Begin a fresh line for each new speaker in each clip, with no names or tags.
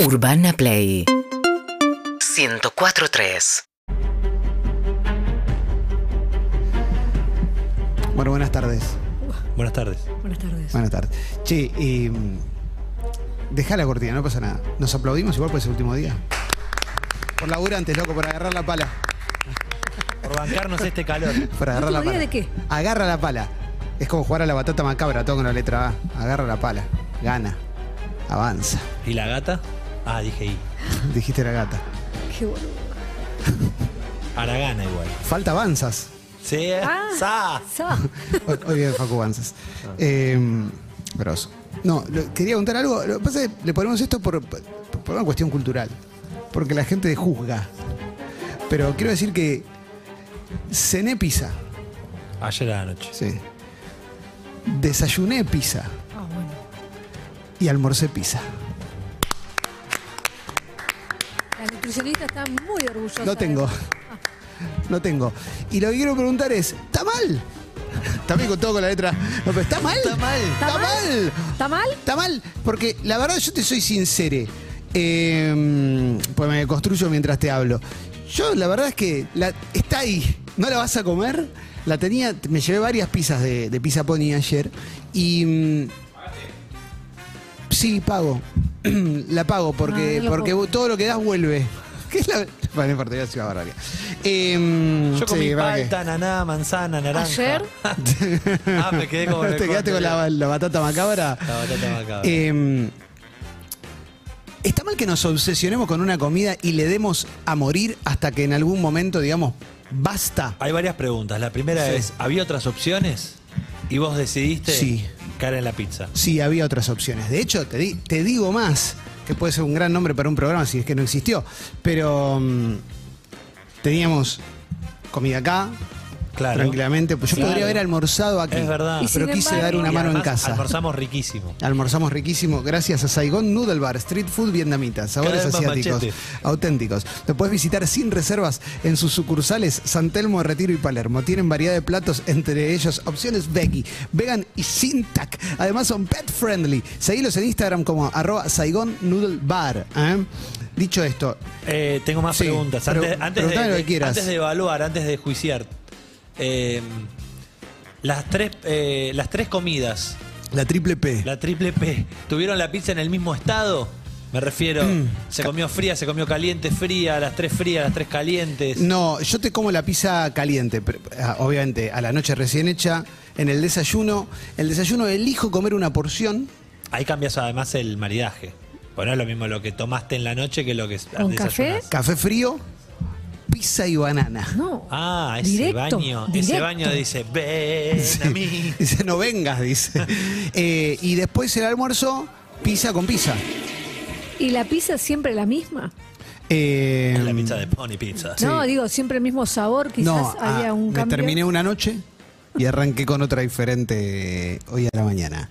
Urbana Play 104.3
Bueno, buenas tardes.
Buenas tardes.
Buenas tardes.
Buenas tardes. Che, eh, dejá la cortina, no pasa nada. Nos aplaudimos igual por ese último día. Por laburantes, loco, por agarrar la pala.
Por bancarnos este calor.
Por agarrar la
¿Último
pala.
día de qué?
Agarra la pala. Es como jugar a la batata macabra, todo con la letra A. Agarra la pala. Gana. Avanza.
¿Y la gata? Ah, dije y.
Dijiste la gata.
Qué boludo.
A la gana igual.
Falta avanzas.
Sí. eh.
Ah.
Sa.
Sa.
Hoy- Hoy viene Facu Banzas. Eh, grosso. No, lo- quería contar algo. Lo que pasa es que le ponemos esto por, por- por una cuestión cultural. Porque la gente juzga. Pero quiero decir que cené pizza.
Ayer a la noche.
Sí. Desayuné pizza.
Ah, bueno.
Y almorcé pizza.
La nutricionista está muy orgullosa.
No tengo. No tengo. Y lo que quiero preguntar es, ¿está mal? También con todo con la letra. No, pero ¿Está mal? Está mal. Está
¿Está mal?
mal.
¿Está mal?
Está mal, porque la verdad yo te soy sincero. pues me construyo mientras te hablo. Yo la verdad es que la- está ahí, no la vas a comer. La tenía, me llevé varias pizzas de, de pizza pony ayer y mm, sí pago, la pago porque
Ah, no lo
porque
puedo.
todo lo que das vuelve. ¿Qué es la? Bueno, parte de Ciudad Barraria. Em,
Yo comí
sí, ¿para qué?
Mm, palta, naná, manzana, naranja.
Ayer.
ah, me quedé como. en el
¿Te quedaste
corte.
con la, la batata macabra?
La batata macabra.
Eh, ¿Está mal que nos obsesionemos con una comida y le demos a morir hasta que en algún momento digamos, basta?
Hay varias preguntas. La primera
Sí.
es: ¿había otras opciones? Y vos decidiste.
Sí.
Cara en la pizza.
Sí, había otras opciones. De hecho, te, di- te digo más, que puede ser un gran nombre para un programa si es que no existió, pero mm, teníamos comida acá.
Claro.
Tranquilamente, pues yo
Claro.
podría haber almorzado aquí.
Es verdad. Y
Pero
sin
quise
embargo-
dar una
Y
mano en
además
casa.
Almorzamos riquísimo.
Almorzamos riquísimo gracias a Saigon Noodle Bar, street food vietnamita, sabores
Cada vez más
asiáticos,
machete.
auténticos. Lo puedes visitar sin reservas en sus sucursales San Telmo, Retiro y Palermo. Tienen variedad de platos, entre ellos opciones veggie, vegan y sin tac. Además son pet friendly. Seguilos en Instagram como arroba Saigon Noodle Bar. ¿eh? Dicho esto,
Eh, tengo más
Sí,
preguntas.
pero-
Antes, antes
preguntame
de,
lo que quieras.
antes de evaluar, antes de juiciar. eh, las, tres, eh, las tres comidas,
la triple P.
la triple P, ¿tuvieron la pizza en el mismo estado? Me refiero,
Mm.
se comió fría, se comió caliente, fría, las tres frías, las tres calientes.
No, yo te como la pizza caliente, pero, ah, obviamente, a la noche recién hecha, en el desayuno. El desayuno elijo comer una porción.
Ahí cambias además el maridaje. Bueno, no es lo mismo lo que tomaste en la noche que lo que
¿Con café?
desayunás.
café frío, pizza y banana.
No.
Ah, ese
Directo,
baño, ese
directo.
baño dice,
Eh,
ven a mí.
Dice, no vengas, dice. Eh, y después el almuerzo, pizza con pizza.
¿Y la pizza siempre la misma?
Eh,
La pizza de Pony Pizza.
Sí.
No, digo, siempre el mismo sabor. Quizás
no,
había
ah,
un
me
cambio.
terminé una noche y arranqué con otra diferente hoy a la mañana.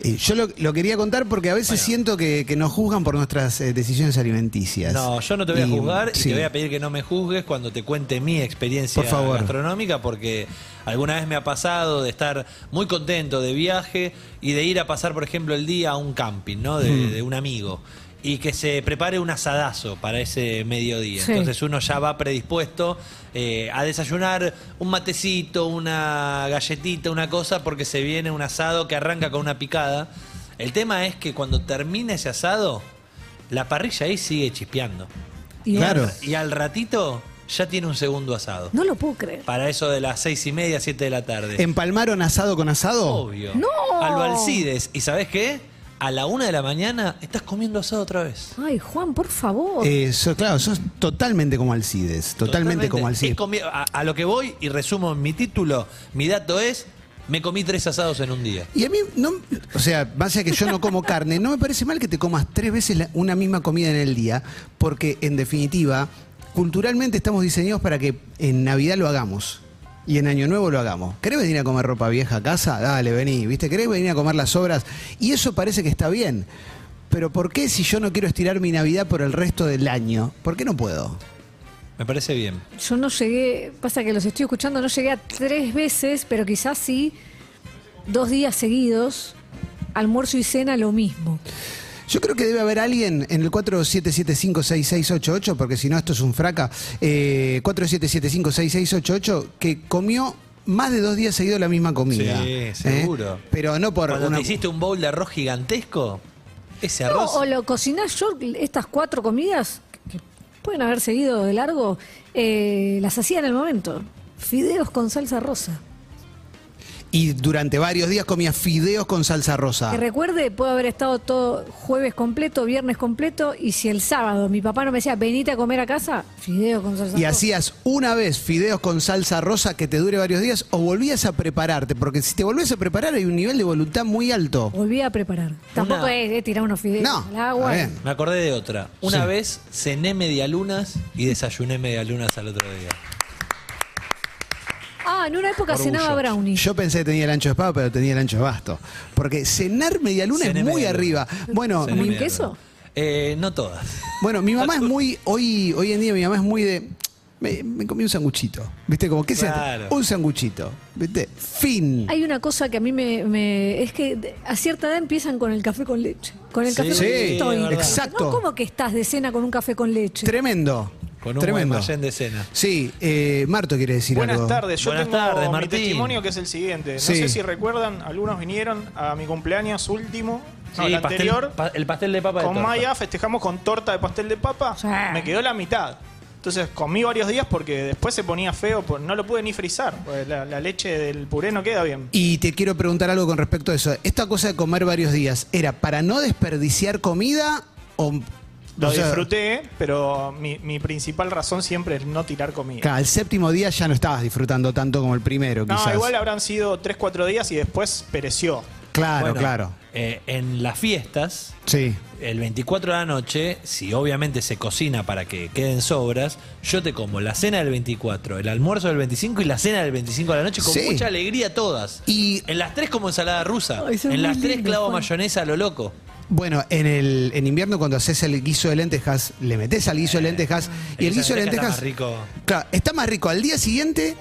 Eh, yo lo, lo quería contar porque a veces siento que, que nos juzgan por nuestras eh, decisiones alimenticias.
No, yo no te voy a
Y,
juzgar y
sí.
te voy a pedir que no me juzgues cuando te cuente mi experiencia
Por favor.
gastronómica, porque alguna vez me ha pasado de estar muy contento de viaje y de ir a pasar, por ejemplo, el día a un camping, ¿no? De,
Mm.
de un amigo. Y que se prepare un asadazo para ese mediodía.
Sí.
Entonces uno ya va predispuesto eh, a desayunar un matecito, una galletita, una cosa, porque se viene un asado que arranca con una picada. El tema es que cuando termina ese asado, la parrilla ahí sigue chispeando.
Y era-
Claro.
Y al ratito ya tiene un segundo asado.
No lo puedo creer.
Para eso de las seis y media, siete de la tarde.
¿Empalmaron asado con asado?
Obvio.
¡No!
A lo Alcides. ¿Y sabes qué? A la una de la mañana estás comiendo asado otra vez.
Ay, Juan, por favor.
Eh, sos- claro, sos totalmente como Alcides. Totalmente, como
He
Alcides.
comido- a, a lo que voy y resumo en mi título, mi dato es, me comí tres asados en un día.
Y a mí, no, o sea, más allá que yo no como carne, no me parece mal que te comas tres veces la- una misma comida en el día, porque en definitiva, culturalmente estamos diseñados para que en Navidad lo hagamos. Y en Año Nuevo lo hagamos. ¿Querés venir a comer ropa vieja a casa? Dale, vení, ¿viste? ¿Querés venir a comer las obras? Y eso parece que está bien. Pero ¿por qué si yo no quiero estirar mi Navidad por el resto del año? ¿Por qué no puedo?
Me parece bien.
Yo no llegué, pasa que los estoy escuchando, no llegué a tres veces, pero quizás sí dos días seguidos, almuerzo y cena lo mismo.
Yo creo que debe haber alguien en el 47756688, porque si no esto es un fraca, eh, 47756688, que comió más de dos días seguidos la misma comida.
Sí,
¿eh?
seguro.
Pero no por...
Cuando
una-
te hiciste un bowl de arroz gigantesco, ese
No,
arroz.
o lo cocinás yo, estas cuatro comidas, que pueden haber seguido de largo, eh, las hacía en el momento. Fideos con salsa rosa.
Y durante varios días comía fideos con salsa rosa.
Que recuerde, puedo haber estado todo jueves completo, viernes completo, y si el sábado mi papá no me decía, venite a comer a casa, fideos con salsa
Y
rosa.
hacías una vez fideos con salsa rosa que te dure varios días o volvías a prepararte, porque si te volvías a preparar hay un nivel de voluntad muy alto.
Volví a preparar. Tampoco es, es tirar unos fideos
No,
al agua.
está bien.
Me acordé de otra. Una
Sí.
vez cené medialunas y desayuné medialunas al otro día.
Ah, en una época
Orgullo.
cenaba brownie.
Yo pensé que tenía el ancho de espada, pero tenía el ancho de basto. Porque cenar media luna
Cené
es muy
media luna.
arriba. Bueno,
Cené
¿Como en
medialuna.
queso?
Eh, no todas.
bueno, mi mamá es muy, hoy, hoy en día mi mamá es muy de. Me, me comí un sanguchito. ¿Viste? Como que se
Claro.
un sanguchito. ¿Viste? Fin.
Hay una cosa que a mí me, me- es que de- a cierta edad empiezan con el café con leche. Con el
Sí,
café con leche
sí,
estoy.
verdad.
exacto.
No, ¿Cómo que estás de cena con un café con leche?
Tremendo.
Con un
Tremendo.
guaymallén de cena.
Sí, eh, Marto quiere decir
Buenas
algo.
tardes, yo
Buenas
tengo
tardes,
mi
Martín.
testimonio que es el siguiente. No
Sí.
sé si recuerdan, algunos vinieron a mi cumpleaños último, no,
Sí,
el
pastel-
anterior.
pa- el pastel de papa de
con
torta.
Maya festejamos con torta de pastel de papa.
Sí.
Me quedó la mitad. Entonces comí varios días porque después se ponía feo, por- no lo pude ni frizar. porque La, la leche del puré no queda bien.
Y te quiero preguntar algo con respecto a eso. Esta cosa de comer varios días, ¿era para no desperdiciar comida o...
Lo
o sea,
disfruté, pero mi, mi principal razón siempre es no tirar comida.
claro, el séptimo día ya no estabas disfrutando tanto como el primero,
no,
quizás.
igual habrán sido 3-4 días y después pereció.
Claro,
Bueno,
claro.
eh, en las fiestas,
Sí.
el 24 de la noche, si obviamente se cocina para que queden sobras, yo te como la cena del 24, el almuerzo del 25 y la cena del 25 de la noche con
Sí.
mucha alegría todas.
Y
En las tres como ensalada rusa,
Ay, son
en
muy
las tres
lindos,
clavo
Juan.
mayonesa a lo loco.
bueno, en el en invierno cuando haces el guiso de lentejas, le metes al guiso de lentejas y Eh, el
Esa
guiso de
lenteja
lentejas
está más rico.
Claro, está más rico al día siguiente,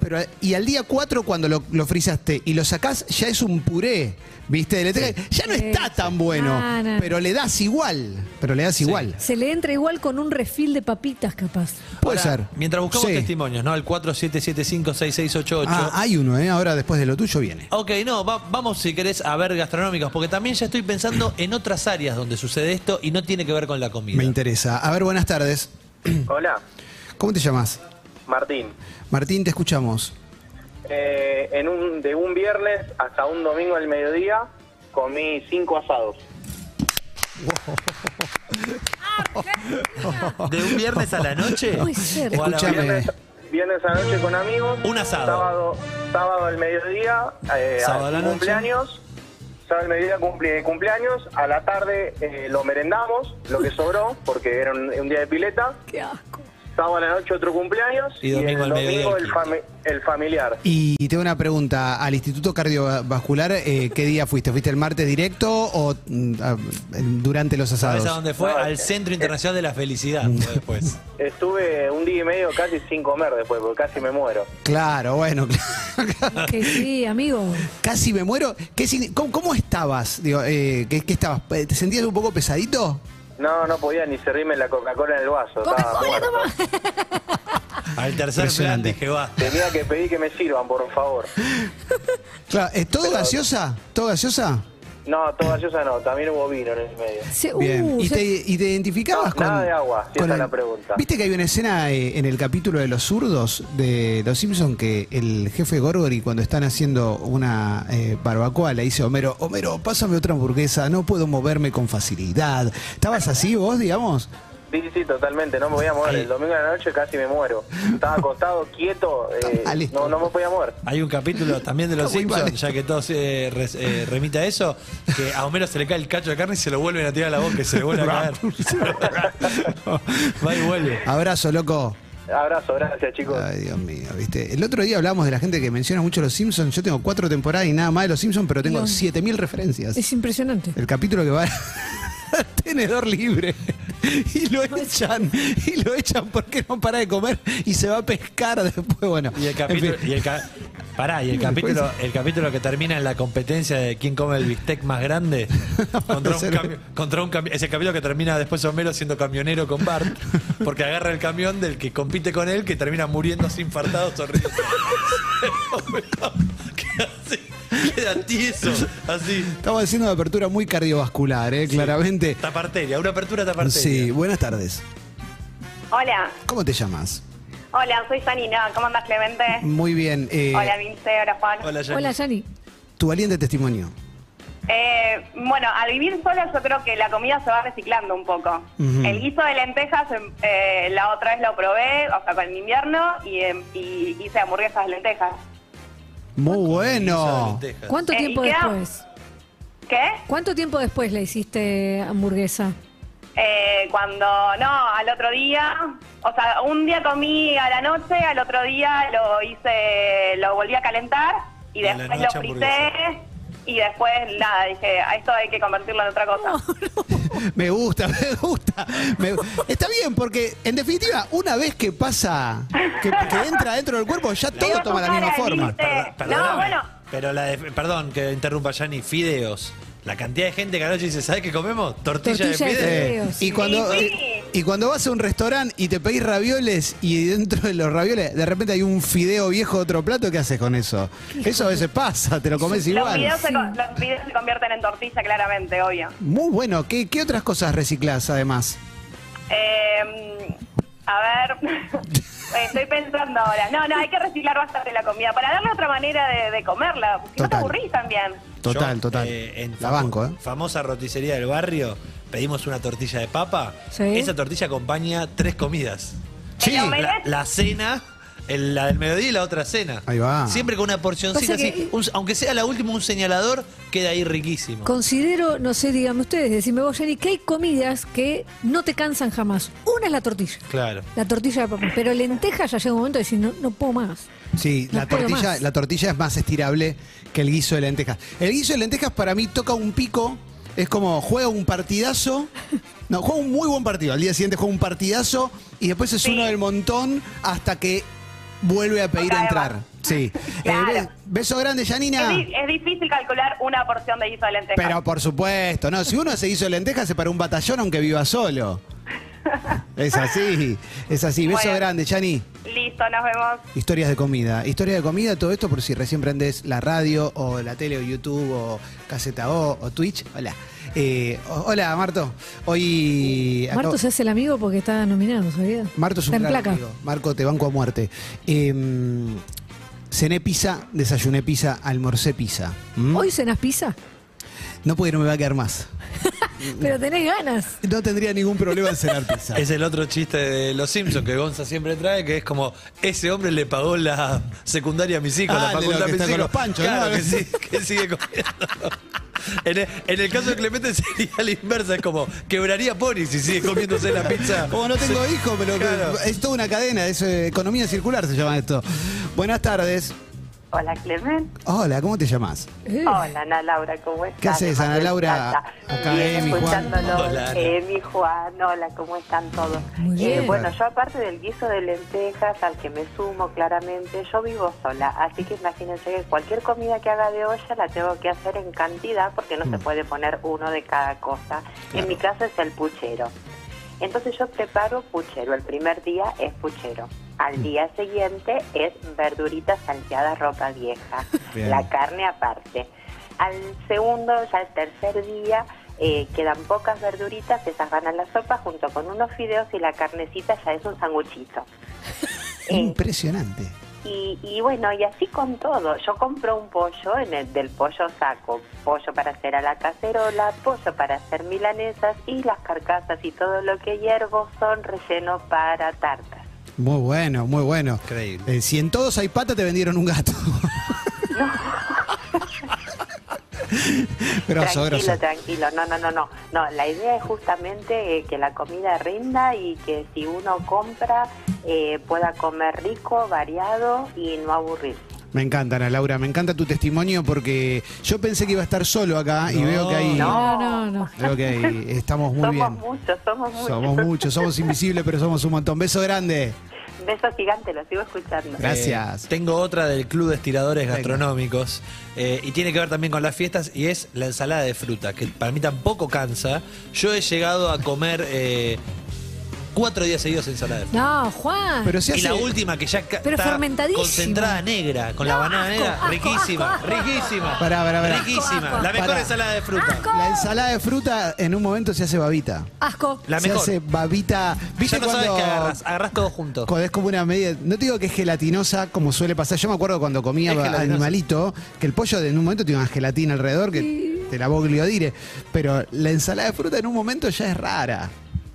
pero y al día 4 cuando lo, lo frisaste y lo sacás, ya es un puré, ¿viste? De lenteja. Ya no
Sí,
está
sí.
tan bueno,
No, no.
pero le das igual, pero le das igual.
Se le entra igual con un refil de papitas, capaz.
Puede
Ahora,
ser.
Mientras buscamos
Sí.
testimonios, ¿no? Al 47756688.
Ah, hay uno, ¿eh? Ahora después de lo tuyo viene.
Ok, no, va- vamos si querés a ver gastronómicos, porque también ya estoy pensando en otras áreas donde sucede esto y no tiene que ver con la comida.
Me interesa. A ver, buenas tardes.
Hola,
¿Cómo te llamas?
Martín.
Martín, te escuchamos.
Eh, en un, de un viernes hasta un domingo al mediodía comí cinco asados.
¿De un viernes a la noche?
Puede ser.
O a la
Escúchame.
mañana.
Viernes, viernes a la noche con amigos.
Un asado.
Sábado, sábado al mediodía, eh,
Sábado a la noche.
cumpleaños. Sábado al mediodía cumple, cumpleaños. A la tarde eh, lo merendamos, lo que sobró, porque era un, un día de pileta.
Qué asco.
Sábado a la noche otro cumpleaños.
Y domingo
el
al mediodía
domingo
el
el, fami- el familiar.
Y tengo una pregunta. Al Instituto Cardiovascular, eh, ¿qué día fuiste? ¿Fuiste el martes directo o mm, ah, durante los asados?
¿Sabes a dónde fue?
No,
Al
eh,
Centro Internacional de la Felicidad fue después.
Estuve un día y medio casi sin comer después, porque casi me muero.
Claro, bueno.
Que sí, amigo.
Casi me muero. ¿Qué signi- cómo, cómo estabas? Digo, eh, ¿qué, qué estabas? ¿Te sentías un poco pesadito?
No, no podía ni servirme la Coca-Cola en el vaso. estaba
Coca-Cola,
muerto.
toma.
Al tercer plan
Impresionante.
dije, basta.
Tenía que pedir que me sirvan, por favor.
Claro, ¿es eh, ¿Todo gaseosa? ¿Todo gaseosa?
No, toda gaseosa no, también hubo vino en el medio.
Se-
Bien.
uh,
¿Y
se-
te, y te identificabas
No,
con.?
nada de agua, si
con
esa es la pregunta.
Viste que hay una escena eh, en el capítulo de los zurdos de Los Simpsons que el jefe Gorgory, cuando están haciendo una eh, barbacoa, le dice a Homero: Homero, pásame otra hamburguesa, no puedo moverme con facilidad. ¿Estabas así vos, digamos?
Sí, sí, sí, totalmente, no me voy a mover. El domingo de la noche casi me muero. Estaba acostado, quieto, eh,
Ah, listo.
no, no me podía mover.
Hay un capítulo también de Los
Está muy mal.
Simpsons, ya que todo se re- eh, remite a eso, que a Homero se le cae el cacho de carne y se lo vuelven a tirar a la boca y se le vuelve a caer. Va y vuelve.
Abrazo, loco.
Abrazo, gracias, chicos.
Ay, Dios mío, ¿viste? Este, El otro día hablamos de la gente que menciona mucho Los Simpsons. Yo tengo cuatro temporadas y nada más de Los Simpsons, pero tengo
Dios.
7000 referencias.
Es impresionante.
El capítulo que va al tenedor libre. Y lo echan, y lo echan porque no para de comer y se va a pescar después, bueno.
Y el
en
capítulo,
fin.
y el ca- Pará, y el capítulo, el capítulo que termina en la competencia de quién come el bistec más grande contra un, cami- contra un cami- es el capítulo que termina después Homero siendo camionero con Bart, porque agarra el camión del que compite con él, que termina muriendo así infartado, sonriendo. Homero queda así, queda tieso, así.
Estamos haciendo una apertura muy cardiovascular, ¿eh? claramente.
Taparteria, una apertura taparteria.
Sí, buenas tardes.
Hola,
¿Cómo te llamas?
hola, soy Janina. ¿Cómo andas, Clemente?
Muy bien. eh,
Hola, Vince. Hola, Juan.
Hola, Yanni.
Hola, Yani.
tu valiente testimonio.
Eh, bueno, al vivir sola yo creo que la comida se va reciclando un poco.
Ujú.
El guiso de lentejas em, eh, la otra vez lo probé, o sea, con el invierno, y, em, y hice hamburguesas de lentejas.
Muy
Guiso de
bueno.
lentejas.
¿Cuánto
Eh,
tiempo
¿y qué hago?
después?
¿Qué?
¿Cuánto tiempo después le hiciste hamburguesa?
Eh, cuando, no, al otro día, o sea, un día comí a la noche, al otro día lo hice, lo volví a calentar y
Y a la
después
noche
lo frité
hamburguesa.
y después nada, dije, a esto hay que convertirlo en otra cosa.
Me gusta, me gusta. Me- Está bien, porque en definitiva, una vez que pasa, que, que entra dentro del cuerpo, ya todo
iba
toma la
a
misma
tocar al
forma.
límite.
Perdo-
No,
perdóname,
bueno.
Pero la de- perdón que interrumpa, Yanni, fideos. La cantidad de gente que anoche dice, ¿sabes qué comemos? Tortilla,
Tortilla de
de fideos.
Eh,
Sí.
y, cuando,
Sí.
y, y cuando vas a un restaurante y te pedís ravioles y dentro de los ravioles de repente hay un fideo viejo de otro plato, ¿qué haces con eso? Eso a veces pasa, te lo comes
Los
igual.
videos, se, co- los videos se convierten en tortilla, claramente, obvio.
Muy bueno, ¿qué, qué otras cosas reciclás además?
Eh, a ver, estoy pensando ahora. No, no, hay que reciclar bastante la comida para darle otra manera de, de comerla. Si no te
Total.
aburrís también.
Total,
Yo,
total.
eh, en
la
famo-
banco, ¿eh?
Famosa roticería del barrio, pedimos una tortilla de papa.
Sí.
Esa tortilla acompaña tres comidas.
Sí,
Pero me-
La, la cena, el- la del mediodía y la otra cena.
Ahí va.
Siempre con una porcioncita
Pasa que-
así. un- aunque sea la última, un señalador, queda ahí riquísimo.
Considero, no sé, díganme ustedes, decime vos, Jenny, que hay comidas que no te cansan jamás. Una es la tortilla.
Claro.
La tortilla de papel. Pero lentejas ya llega un momento de decir, no, no puedo más.
Sí,
No
la,
puedo
tortilla,
más.
la tortilla es más estirable que el guiso de lentejas. El guiso de lentejas para mí toca un pico, es como juega un partidazo, no, juega un muy buen partido, al día siguiente juega un partidazo y después es
Sí.
uno del montón hasta que vuelve a pedir
Toca de
entrar.
más.
Sí.
Claro.
Eh, be- beso grande,
Es,
Janina.
di- es difícil calcular una porción de guiso de lentejas.
Pero por supuesto, no, si uno se hizo lentejas es para un batallón aunque viva solo. Es así, es así. Beso
Bueno.
grande, Jani.
Listo, nos vemos.
Historias de comida. Historias de comida, todo esto por si recién prendés la radio o la tele o YouTube o Caseta O o Twitch. Hola. Eh, o- hola, Marto. Hoy. acabo-
Marto se hace el amigo porque está nominado, ¿sabías?
Eh, Marto es un
está en
gran
placa.
amigo. Marco, te banco a muerte. Eh, cené pizza, desayuné pizza, almorcé pizza. ¿Mm?
Hoy cenas pizza,
No puede, no me va a quedar más.
pero tenés ganas.
No tendría ningún problema en cenar pizza.
Es el otro chiste de los Simpsons que Gonza siempre trae, que es como, ese hombre le pagó la secundaria a mis hijos,
Ah, el de
la
los
facultad a
que
mis
está
hijos.
con los panchos,
claro,
¿no?
que, sí, que sigue comiendo. En el, en el caso de Clemente sería la inversa, es como, quebraría Pony si sigue comiéndose la pizza.
Como no tengo hijos, pero que-
Claro.
es toda una cadena, es eh, economía circular se llama esto. Buenas tardes.
Hola Clemen,
Hola, ¿cómo te llamas?
Eh,
hola Ana Laura, ¿cómo estás?
¿Qué haces, Ana Laura? Acá,
Bien,
Emi, Juan.
escuchándolo,
Hola, Ana.
Emi, Juan, hola, ¿cómo están todos?
Muy
Eh,
bien.
bueno, yo aparte del guiso de lentejas, al que me sumo claramente, yo vivo sola, así que imagínense que cualquier comida que haga de olla la tengo que hacer en cantidad porque
Mm.
no se puede poner uno de cada cosa. En mi caso es el puchero. Entonces yo preparo puchero. El primer día es puchero.
Mm.
Al día siguiente es verduritas salteadas, ropa vieja.
Bien.
La carne aparte. Al segundo, ya el tercer día, eh, quedan pocas verduritas. Esas van a la sopa junto con unos fideos y la carnecita ya es un sanguchito. Eh,
Impresionante.
y, y bueno, y así con todo. Yo compro un pollo, en el, del pollo saco pollo para hacer a la cacerola, pollo para hacer milanesas y las carcasas y todo lo que hiervo son relleno para tartas.
Muy bueno, muy bueno.
Increíble.
Eh, si en todos hay pata, te vendieron un gato.
tranquilo,
grosso, grosso.
tranquilo. No, no, no, no. No, la idea es justamente eh, que la comida rinda y que si uno compra eh, pueda comer rico, variado y no aburrirse.
Me encanta, Ana Laura, me encanta tu testimonio porque yo pensé que iba a estar solo acá y
No.
veo que ahí,
No, no, no.
veo que ahí estamos muy
somos
bien.
muchos, somos muchos.
Somos muchos, somos invisibles, pero somos un montón. Beso grande.
Besos gigantes, los sigo escuchando.
Gracias.
Eh, tengo otra del Club de Estiradores Gastronómicos eh, y tiene que ver también con las fiestas y es la ensalada de fruta, que para mí tampoco cansa. Yo he llegado a comer eh, cuatro días seguidos ensalada de fruta.
No, Juan.
Pero se
y la
hace-
última que ya ca-
Ah. Pero
está
fermentadísima.
concentrada negra, con la
No,
banana
asco,
negra,
asco,
riquísima,
asco, asco.
riquísima.
Pará, pará, pará.
Riquísima,
Asco, asco.
la mejor
Pará.
ensalada de fruta.
Asco.
La ensalada de fruta en un momento se hace babita.
Asco.
La
se
mejor.
hace babita.
Ya
¿Viste
no
cuando,
sabes qué agarras, agarras todo junto.
cuando es como una media. No te digo que es gelatinosa como suele pasar. Yo me acuerdo cuando comía
Es
ba-
gelatinosa.
animalito, que el pollo de- en un momento tiene una gelatina alrededor que te la bogliodire. Pero la ensalada de fruta en un momento ya es rara.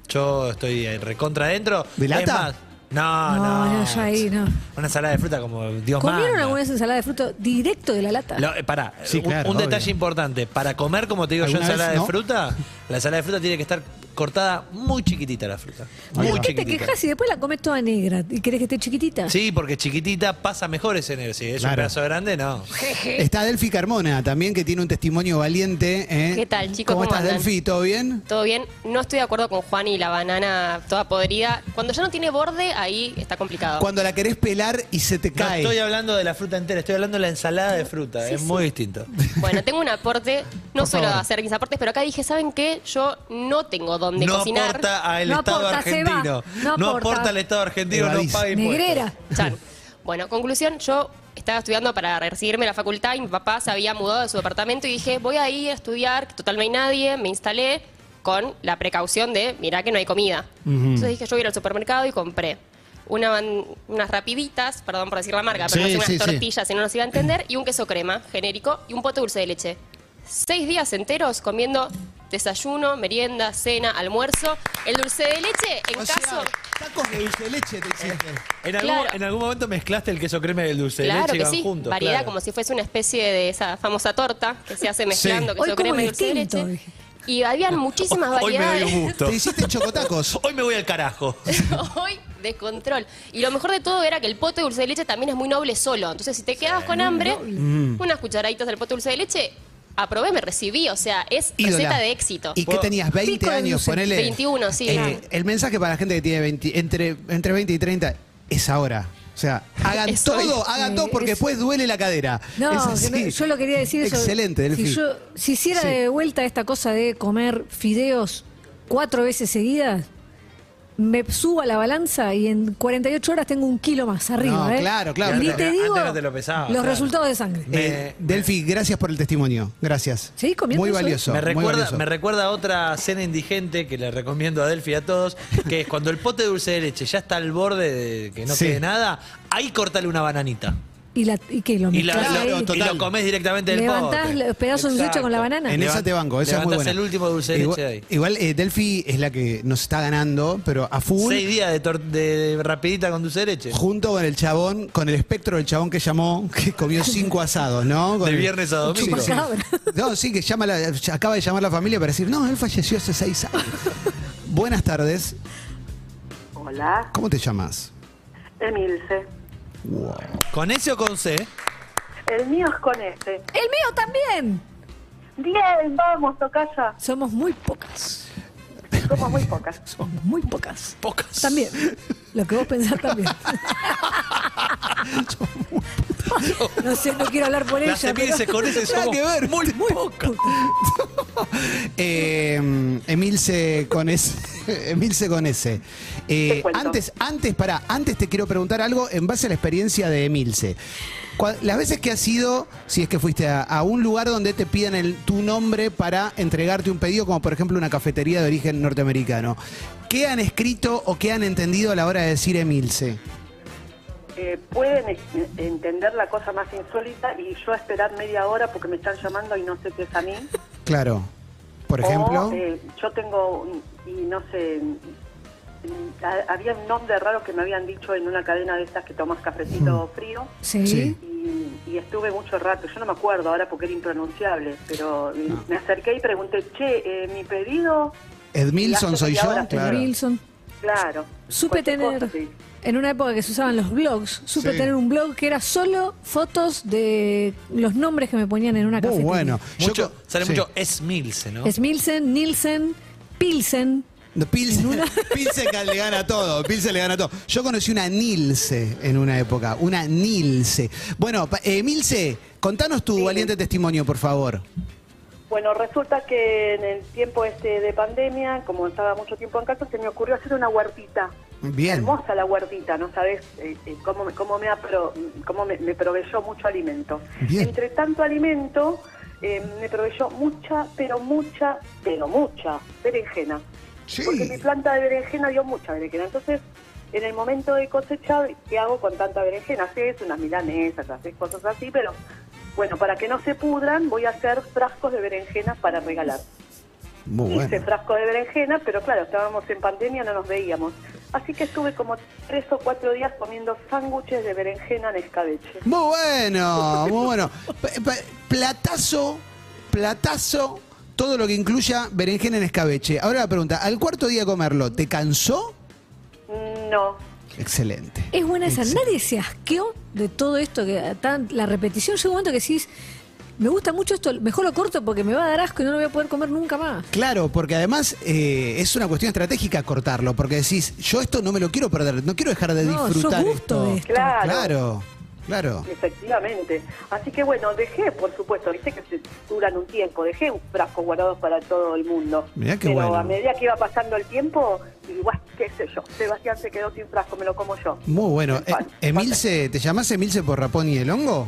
Yo estoy en recontra adentro.
¿De
Es
lata?
más, no,
No,
no.
no, yo ahí no.
Una ensalada de fruta como Dios
¿Comieron
manda.
alguna vez ensalada de fruto directo de la lata?
Lo- eh, pará,
Sí,
un-
claro,
un,
obvio.
detalle importante. Para comer, como te digo yo,
¿Alguna
ensalada
vez
de
no?
fruta, la ensalada de fruta tiene que estar cortada muy chiquitita la fruta.
¿Por
Muy
qué te
chiquitita.
quejas y después la comes toda negra? ¿Y querés que esté chiquitita?
Sí, porque chiquitita pasa mejor ese negro. Si es un
Claro.
pedazo grande, no.
Eh.
Está Delfi Carmona también, que tiene un testimonio valiente. ¿eh?
¿Qué tal, chicos?
¿Cómo,
¿Cómo
estás,
andan?
Delfi? ¿Todo bien?
Todo bien, no estoy de acuerdo con Juan y la banana toda podrida. Cuando ya no tiene borde, ahí está complicado.
Cuando la querés pelar y se te
No
cae.
estoy hablando de la fruta entera, estoy hablando de la ensalada de fruta. es muy distinto.
Bueno, tengo un aporte, no
Por
suelo
favor.
hacer mis aportes, pero acá dije, ¿saben qué? Yo no tengo dónde
No
cocinar.
aporta al
No
Estado
aporta, se va.
argentino.
No aporta.
aporta al Estado argentino, no
Evadís.
paga impuestos.
Negrera.
Chan. Bueno, conclusión, yo estaba estudiando para recibirme a la facultad y mi papá se había mudado de su departamento y dije, voy a ir a estudiar, que total no hay nadie, me instalé con la precaución de, mirá que no hay comida. Entonces dije, yo voy a ir al supermercado y compré una ban- unas rapiditas, perdón por decir la marca, pero
Sí,
no sé,
sí, sí.
unas tortillas, si no nos iba a entender, y un queso crema genérico y un pote de dulce de leche. Seis días enteros comiendo desayuno, merienda, cena, almuerzo, el dulce de leche, en
O sea,
caso...
tacos de dulce de leche te hiciste.
Eh,
En algún,
Claro.
en algún momento mezclaste el queso crema y el dulce de
Claro
leche y
que
van
sí,
juntos.
variedad
claro.
como si fuese una especie de esa famosa torta que se hace mezclando
Sí.
queso
Hoy como
crema y dulce de
distinto,
leche.
dije.
Y habían muchísimas
Hoy me
variedades.
doy un gusto.
Te hiciste chocotacos.
Hoy me voy al carajo.
Hoy de control. Y lo mejor de todo era que el pote de dulce de leche también es muy noble solo. Entonces, si te quedabas con hambre,
Mm.
unas cucharaditas del pote de dulce de leche, aprobé, me recibí. O sea, es
Ídola.
receta de éxito.
¿Y qué tenías?
Pico
¿20
de
años?
dulce.
Ponele. eh,
21, sí,
Eh,
claro.
El mensaje para la gente que tiene 20 entre, entre 20 y 30 es ahora. O sea, hagan
Es
todo,
hoy.
hagan
Sí,
todo porque
es-
después duele la cadera. Es
No,
así.
que no- yo lo quería decir eso.
Excelente, Delfi.
Si, yo, si hiciera
Sí.
de vuelta esta cosa de comer fideos cuatro veces seguidas, me subo a la balanza y en 48 horas tengo un kilo más arriba.
No,
¿eh?
claro, claro,
Ni
pero
te
antes
digo
no te lo pesaba,
los
claro.
resultados de sangre.
Eh, Delfi, gracias por el testimonio. Gracias.
Seguí comiendo
Muy
eso, ¿eh?
valioso.
Me
muy
recuerda,
valioso.
me recuerda a otra cena indigente que le recomiendo a Delphi y a todos, que es cuando el pote de dulce de leche ya está al borde de que no
Sí.
quede nada, ahí cortale una bananita.
¿Y, la, y qué? ¿Lo
Y, la-
mezclas
Claro,
ahí?
y
total.
lo comés directamente del
Levantás
pote.
los pedazos de dulce de leche con la
Exacto.
banana.
En esa
Levanta-
te banco, esa es muy
levantás
buena.
el último dulce de
igual,
leche de ahí.
Igual eh, Delphi es la que nos está ganando, pero a full.
Seis días de, tor- de- de rapidita con dulce de leche.
Junto con el chabón, con el espectro del chabón que llamó, que comió cinco asados, ¿no? Con
De
el-
viernes a domingo.
Sí, sí. No, sí, que llama la- acaba de llamar la familia para decir, no, él falleció hace seis años. Buenas tardes,
Hola,
¿cómo te llamas?
Emilce.
¿Con S o con C?
El mío es con este.
¡El mío también!
Bien, vamos, tocaya.
Somos muy pocas.
Somos muy pocas.
Somos muy pocas.
Pocas.
También. Lo que vos pensás también. no sé, no quiero hablar por
Las
ella.
Emilces
pero-
con S
Nada
somos
que ver.
muy pocas.
Eh, Emilce con S. Emilce con S. Eh,
Te cuento.
antes, antes, pará, antes te quiero preguntar algo en base a la experiencia de Emilce. Cua- Las veces que has ido, si es que fuiste a, a un lugar donde te pidan el- tu nombre para entregarte un pedido, como por ejemplo una cafetería de origen norteamericano, ¿qué han escrito o qué han entendido a la hora de decir Emilce?
Eh, pueden es- entender la cosa más insólita y yo esperar media hora porque me están llamando y no sé qué es a mí.
Claro.
Oh,
Por ejemplo.
O, eh, yo tengo, un- y no sé, mm, ha- había un nombre raro que me habían dicho en una cadena de estas que tomas
Mm.
cafecito frío
Sí.
Sí.
y, y estuve mucho rato. Yo no me acuerdo ahora porque era impronunciable, pero eh, me acerqué y pregunté, che, eh, mi pedido,
Edmilson soy yo,
Ahora,
claro.
Wilson.
claro.
Supe
cualquier
tener,
cosa, sí.
en una época que se usaban los blogs, supe
Sí.
tener un blog que era solo fotos de los nombres que me ponían en una
Muy
cafetería.
bueno. Yo
Mucho,
co-
sale
sí.
mucho es Milce, ¿no?
Es Milsen, Nielsen, Pilsen.
Pilsen, Pilsen cal- le gana todo, Pilsen le gana todo. Yo conocí una Nilce en una época, una Nilce. Bueno, pa- eh, Milce, contanos tu valiente testimonio, por favor.
Bueno, resulta que en el tiempo este de pandemia, como estaba mucho tiempo en casa, se me ocurrió hacer una huertita.
Bien.
Hermosa la huertita, no sabes eh, eh, cómo, me- cómo, me, ha pro- cómo me, me proveyó mucho alimento.
Bien.
Entre tanto alimento, eh, me proveyó mucha, pero mucha, pero mucha berenjena.
Sí.
Porque mi planta de berenjena dio mucha berenjena. Entonces, en el momento de cosechar, ¿qué hago con tanta berenjena? Haces unas milanesas, haces cosas así, pero bueno, para que no se pudran, voy a hacer frascos de berenjena para regalar.
Muy
Hice
bueno.
frascos de berenjena, pero claro, estábamos en pandemia, no nos veíamos. Así que estuve como tres o cuatro días comiendo sándwiches de berenjena en escabeche.
Muy bueno, muy bueno. Pa- pa- Platazo, platazo, todo lo que incluya berenjena en escabeche. Ahora la pregunta, al cuarto día de comerlo, ¿te cansó?
No,
Excelente.
Es buena esa.
Excelente.
Nadie se asqueó de todo esto. que tan- La repetición llega un momento que decís, me gusta mucho esto, mejor lo corto porque me va a dar asco y no lo voy a poder comer nunca más.
Claro, porque además eh, es una cuestión estratégica cortarlo, porque decís, yo esto no me lo quiero perder, no quiero dejar de
No, sos
disfrutar
gusto
esto.
de esto.
Claro.
claro, claro.
Efectivamente. Así que bueno, dejé, por supuesto, viste que se duran un tiempo, dejé un frasco guardados para todo el mundo.
Mirá qué
Pero
bueno.
a medida que iba pasando el tiempo, igual, qué sé yo, Sebastián se quedó sin frasco, me lo como yo.
Muy bueno. Eh,
Fan-
Emilce, ¿te llamás Emilce por Raponi del Hongo?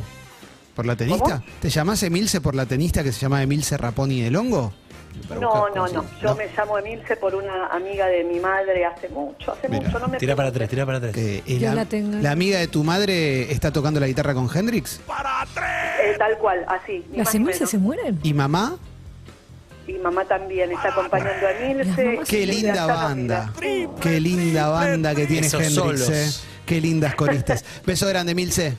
¿Por la tenista?
¿Cómo?
¿Te llamás Emilce por la tenista que se llama Emilce Raponi del Hongo? Para
No,
buscar
no, no.
cosas.
Yo me llamo Emilce por una amiga de mi madre hace mucho, hace
Mira,
mucho. No me
Tira para tres, tira para tres.
Que, eh,
Yo
la,
la tengo.
la amiga de tu madre está tocando la guitarra con Hendrix?
Eh, tal cual, así. ni
¿Las
más ni
emulsas
menos.
se mueren?
¿Y mamá?
Y mamá también está acompañando a
Las
Emilce.
mamás
Ah,
Sí,
Qué linda banda. Qué linda banda que tiene
Esos
Hendrix.
solos.
eh. Qué lindas coristas. Beso grande, Emilce.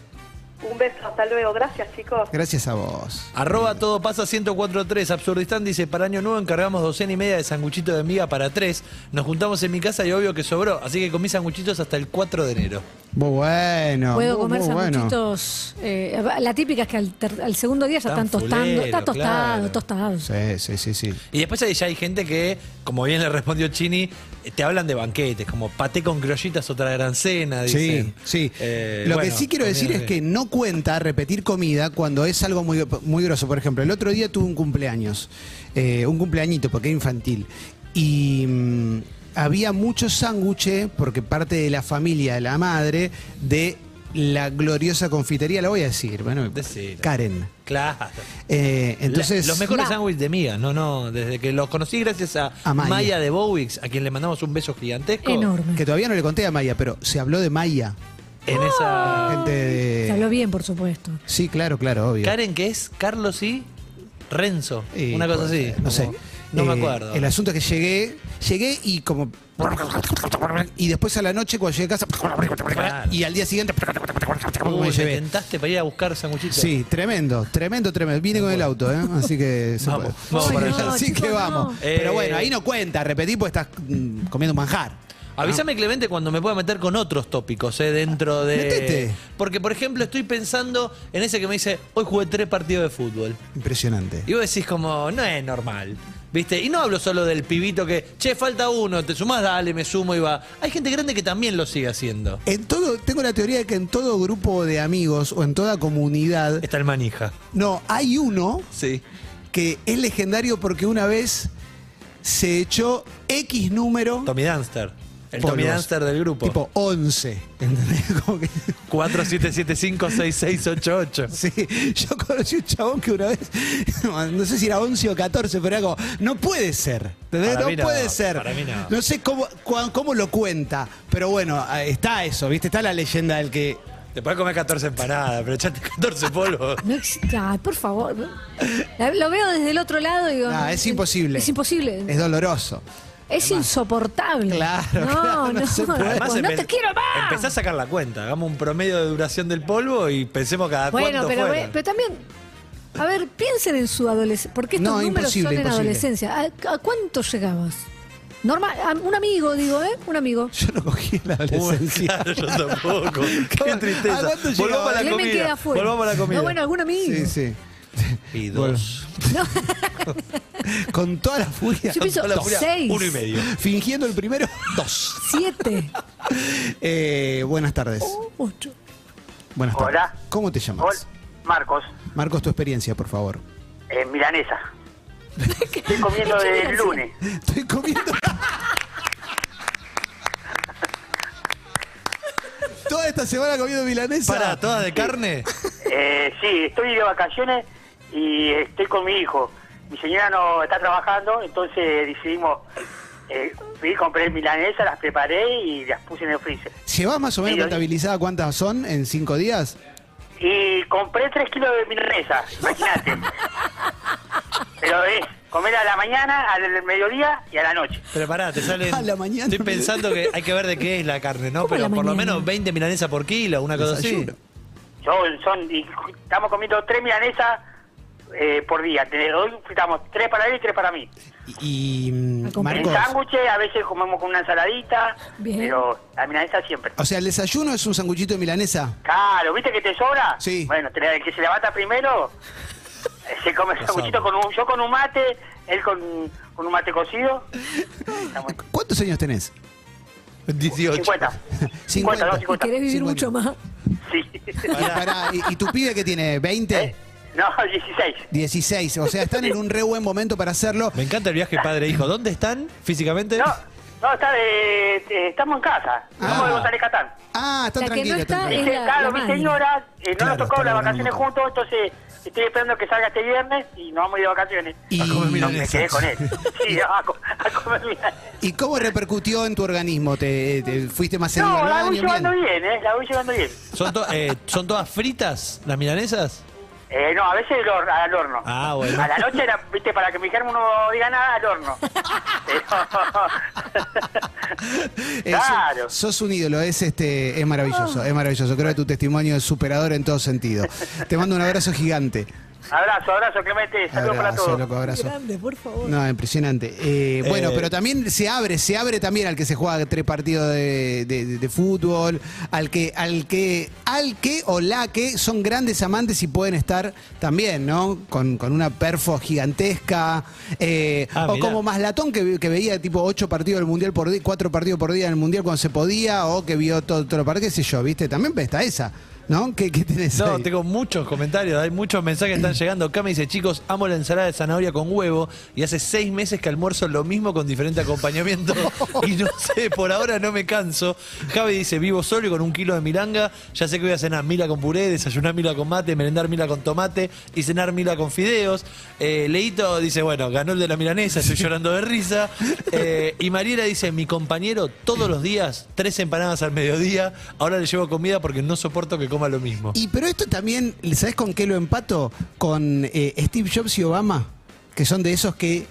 Un beso, hasta luego. Gracias, chicos.
Gracias a vos.
Arroba todo pasa 1043. Absurdistán dice: Para año nuevo encargamos docena y media de sanguchitos de miga para tres. Nos juntamos en mi casa y obvio que sobró. Así que comí sanguchitos hasta el 4 de enero.
Muy bueno.
Puedo
muy,
comer
muy Uh, bueno.
sanguchitos. eh, la típica es que al, ter- al segundo día ya
Tan
están tostando. Está
fulero,
tostado,
claro.
tostado.
Sí, sí, sí, sí.
Y después ahí ya hay gente que, como bien le respondió Chini, eh, te hablan de banquetes, como paté con criollitas, otra gran cena.
Sí,
Dicen.
sí.
Eh,
Lo
bueno,
que sí quiero
también,
decir es
sí.
que no cuenta repetir comida cuando es algo muy, muy grosso. Por ejemplo, el otro día tuve un cumpleaños, eh, un cumpleañito porque era infantil. Y mm, había mucho sándwiches, porque parte de la familia de la madre, de la gloriosa confitería, la voy a decir, bueno,
Decilo.
Karen.
Claro.
Eh, entonces,
La- los mejores
La-
sándwiches de miga, no, no. Desde que los conocí, gracias a,
A Maya.
Maya. de Bowix, a quien le mandamos un beso gigantesco.
Enorme. Ah.
que todavía no le conté a Maya, pero se habló de Maya.
En esa.
Gente
Se
de...
habló bien, por supuesto.
Sí, claro, claro, obvio.
Karen, que es Carlos y Renzo.
Eh,
una cosa
puede
así.
ser, No sé.
como- No me
Eh,
acuerdo.
El asunto es que llegué, llegué y como. Y después a la noche, cuando llegué a casa.
Claro.
Y al día siguiente.
Uy,
Me
te
llevé.
tentaste para ir a buscar sanguchitos.
Sí, tremendo, tremendo, tremendo. Vine con el auto, ¿eh? Así que. se
Vamos,
puede.
vamos
Sí,
para allá.
Así
No, chicos,
que vamos.
no.
Pero
Eh,
bueno, ahí no cuenta, repetí, porque estás mm, comiendo manjar.
Avísame, Clemente, cuando me pueda meter con otros tópicos eh, dentro de.
Metete.
Porque, por ejemplo, estoy pensando en ese que me dice: Hoy jugué tres partidos de fútbol.
Impresionante.
Y vos decís, como, no es normal. ¿Viste? Y no hablo solo del pibito que, che, falta uno, te sumás, dale, me sumo y va. Hay gente grande que también lo sigue haciendo.
En todo, tengo la teoría de que en todo grupo de amigos o en toda comunidad,
Está el manija.
no, hay uno
Sí.
que es legendario porque una vez se echó X número.
Tommy Danster. El
polvos.
Tommy Danster del grupo.
Tipo 11. ¿Entendés? Como que-
47756688.
sí, yo conocí un chabón que una vez, no sé si era 11 o 14, pero era como, no puede ser. ¿entendés?
Para
No,
mí no,
puede ser.
para mí no.
sé cómo, cua- cómo lo cuenta, pero bueno, eh, está eso, ¿viste? Está la leyenda del que.
Te podés comer 14 empanadas, pero echaste 14 polvos.
No existe. Ay, por favor. La- Lo veo desde el otro lado y digo.
Nah, Ah, es imposible.
Es imposible.
Es doloroso.
Es insoportable.
Claro,
No,
claro, no
no, pues,
se puede.
no,
empe-
te quiero más.
Empezá a sacar la cuenta. Hagamos un promedio de duración del polvo y pensemos cada
bueno,
cuánto
pero,
fueron.
pero también. A ver, piensen en su adolescencia. Porque estos
No,
números son
imposible,
en
imposible.
adolescencia. ¿A, a cuánto llegabas? Normal, a- un amigo, digo, ¿eh? Un amigo.
Yo lo cogí en la
Uy,
adolescencia.
claro, yo tampoco. Qué
¿Cómo? ¿A
tristeza.
cuánto llegaba?
Volvamos a la
Clemen
comida.
queda fuera.
Volvamos a la comida.
No, bueno, algún amigo.
Sí, sí.
Y dos.
Con toda la furia.
Yo pienso
toda la furia,
seis,
uno y medio.
Fingiendo el primero, dos.
siete,
Eh, buenas tardes.
ocho.
Buenas tardes.
Hola.
¿Cómo te
Gol,
llamas?
Marcos,
Marcos, tu experiencia, por favor.
eh, milanesa. Estoy comiendo desde el lunes.
Estoy comiendo. Toda esta semana comiendo milanesa.
Para, todas de carne.
Eh, sí, estoy de vacaciones y estoy con mi hijo. Mi señora no está trabajando, entonces decidimos... Eh, fui, compré milanesa, las preparé y las puse en el freezer.
¿Llevas más o menos
Sí, hoy-
contabilizada cuántas son en cinco días?
Y compré 3 kilos de milanesa, imagínate. Pero es comer a la mañana, al mediodía y a la noche.
Pero pará, te salen.
A la mañana.
Estoy pensando que hay que ver de qué es la carne, ¿no?
¿Cómo a la
Pero por lo
mañana?
menos 20 milanesas por kilo, una cosa así.
Desayuno.
Son, son, y estamos comiendo 3 milanesas eh, por día. Desde hoy fritamos 3 para él y 3 para mí.
Y, y, mm,
En
Marcos.
sándwiches, a veces comemos con una ensaladita,
Bien.
pero la milanesa siempre.
O sea, el desayuno es un sanguchito de milanesa.
Claro, ¿viste que te sobra?
Sí.
Bueno, te- el que se levanta primero eh, se come el sanguchito con un, yo con un mate, él con, con un mate cocido. Está muy-
¿Cuántos años tenés?
18.
50. 50, no,
Y
50.
querés vivir
50.
mucho más.
Sí.
Y, pará, ¿y- y tu pibe que tiene 20,
¿Eh? No, 16.
16. O sea, están en un re buen momento para hacerlo.
Me encanta el viaje padre-hijo. ¿Dónde están físicamente?
No, no está de, eh, estamos en casa. Estamos
Ah.
de González Catán.
Ah, están
La que no está
tranquilos. están
es-
tranquilos.
Dice,
la- la
claro, mi
madre.
señora, eh, no
Claro,
nos tocó
está
las
laburando
vacaciones
un montón.
juntos, entonces estoy esperando que salga este viernes y nos vamos a ir de vacaciones.
Y-
no me quedé con él. Sí, ah, a, co- a comer milanesa.
¿Y cómo repercutió en tu organismo? ¿Te, te fuiste más en
No,
el
la voy
baño?
llevando
Bien.
bien, ¿eh? La voy llevando bien.
¿Son, to- eh, ¿Son todas fritas las milanesas?
Eh, no, a veces al hor- al horno.
Ah, bueno.
A la noche, era, viste, para que mi germo no diga nada, al horno. Pero-
Eh, so-
claro. Ah.
sos un ídolo, es este, es maravilloso, es maravilloso. Creo que tu testimonio es superador en todo sentido. Te mando un abrazo gigante.
Abrazo, abrazo, Clemente. Saludos para
Abrazo,
todos.
loco, abrazo.
Grande, por favor.
No, impresionante. Eh, bueno, pero también se abre, se abre también al que se juega tres partidos de, de- de fútbol, al que, al que, al que o la que son grandes amantes y pueden estar también, ¿no? Con, con una perfo gigantesca. eh,
Ah,
o
mirá.
como Maslatón que, que veía tipo ocho partidos del mundial por día, cuatro partidos por día en el mundial cuando se podía, o que vio todo, todo el parque, qué sé yo, viste, también está esa, ¿no? ¿Qué, qué tenés
No,
ahí?
tengo muchos comentarios, hay muchos mensajes que están llegando. Acá me dice, chicos, amo la ensalada de zanahoria con huevo y hace seis meses que almuerzo lo mismo con diferente acompañamiento y no sé, por ahora no me canso. Javi dice, vivo solo y con un kilo de milanga, ya sé que voy a cenar mila con puré, desayunar mila con mate, merendar mila con tomate y cenar mila con fideos. Eh, Leito dice, bueno, ganó el de la milanesa, estoy llorando de risa. Eh, y Mariela dice, mi compañero todos los días, tres empanadas al mediodía, ahora le llevo comida porque no soporto que coma lo mismo.
Y pero esto también, ¿sabes con qué lo empato? Con eh, Steve Jobs y Obama, que son de esos que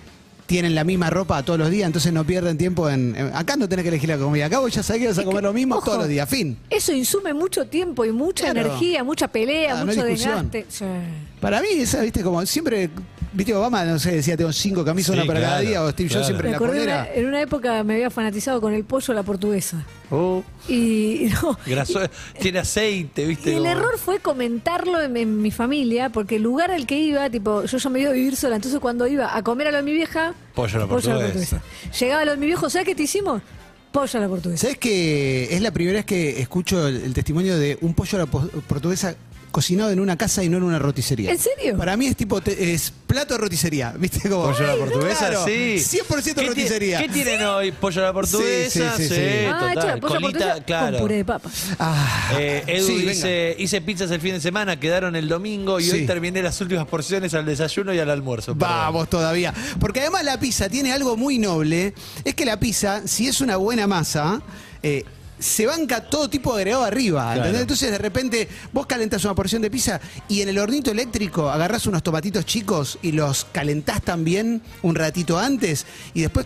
tienen la misma ropa todos los días, entonces no pierden tiempo en... en- acá no tenés que elegir la comida, acá vos ya sabés que vas a comer lo mismo
Ojo,
todos los días, fin.
Eso insume mucho tiempo y mucha
Claro.
energía, mucha pelea,
Ah, no hay
mucho
discusión.
desgaste. Sí.
Para mí, esa, viste, como siempre, viste, Obama, no sé, decía, tengo cinco camisas,
Sí,
una para cada
claro,
día, o Steve Jobs
claro.
siempre
Me
en la
acordé
polera.
una- en una época me había fanatizado con el pollo a la portuguesa.
Oh,
Y, y no,
graso- tiene aceite, ¿viste?
Y el
como-
error fue comentarlo en, en mi familia, porque el lugar al que iba, tipo, yo ya me iba a vivir sola, entonces cuando iba a comer a lo de mi vieja,
Pollo a la portuguesa.
Llegaba a lo de mi viejo, ¿sabes qué te hicimos? Pollo a la portuguesa.
¿Sabes que es la primera vez que escucho el, el testimonio de un pollo a la po- portuguesa cocinado en una casa y no en una roticería?
¿En serio?
Para mí es tipo, te- es plato de roticería, ¿viste? Como,
Pollo a la
Ay,
portuguesa,
claro,
sí.
100%
¿Qué ti-
roticería.
¿Qué tienen hoy? Pollo a la portuguesa,
Sí, sí,
sí,
sí, sí.
Ah,
total.
che, pollo a la
Colita,
portuguesa
claro.
con puré de papa.
Ah,
Eh, Edu
sí, venga.
dice, hice pizzas el fin de semana, quedaron el domingo y
Sí.
hoy terminé las últimas porciones al desayuno y al almuerzo. perdón.
Vamos todavía. Porque además la pizza tiene algo muy noble. Es que la pizza, si es una buena masa, eh, se banca todo tipo de agregado arriba. ¿entendés?
Claro.
Entonces de repente vos calentás una porción de pizza y en el hornito eléctrico agarrás unos tomatitos chicos y los calentás también un ratito antes y después...